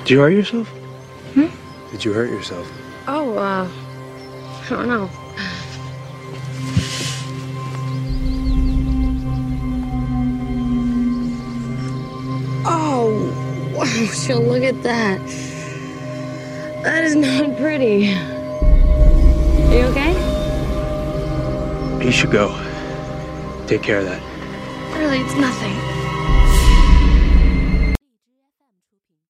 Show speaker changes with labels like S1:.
S1: Did you hurt yourself? Hmm? Did you hurt yourself?
S2: Oh, uh, I don't know. Oh, wow, so look at that. That is not pretty. Are you okay?
S1: You should go. Take care of that.
S2: Really, it's nothing.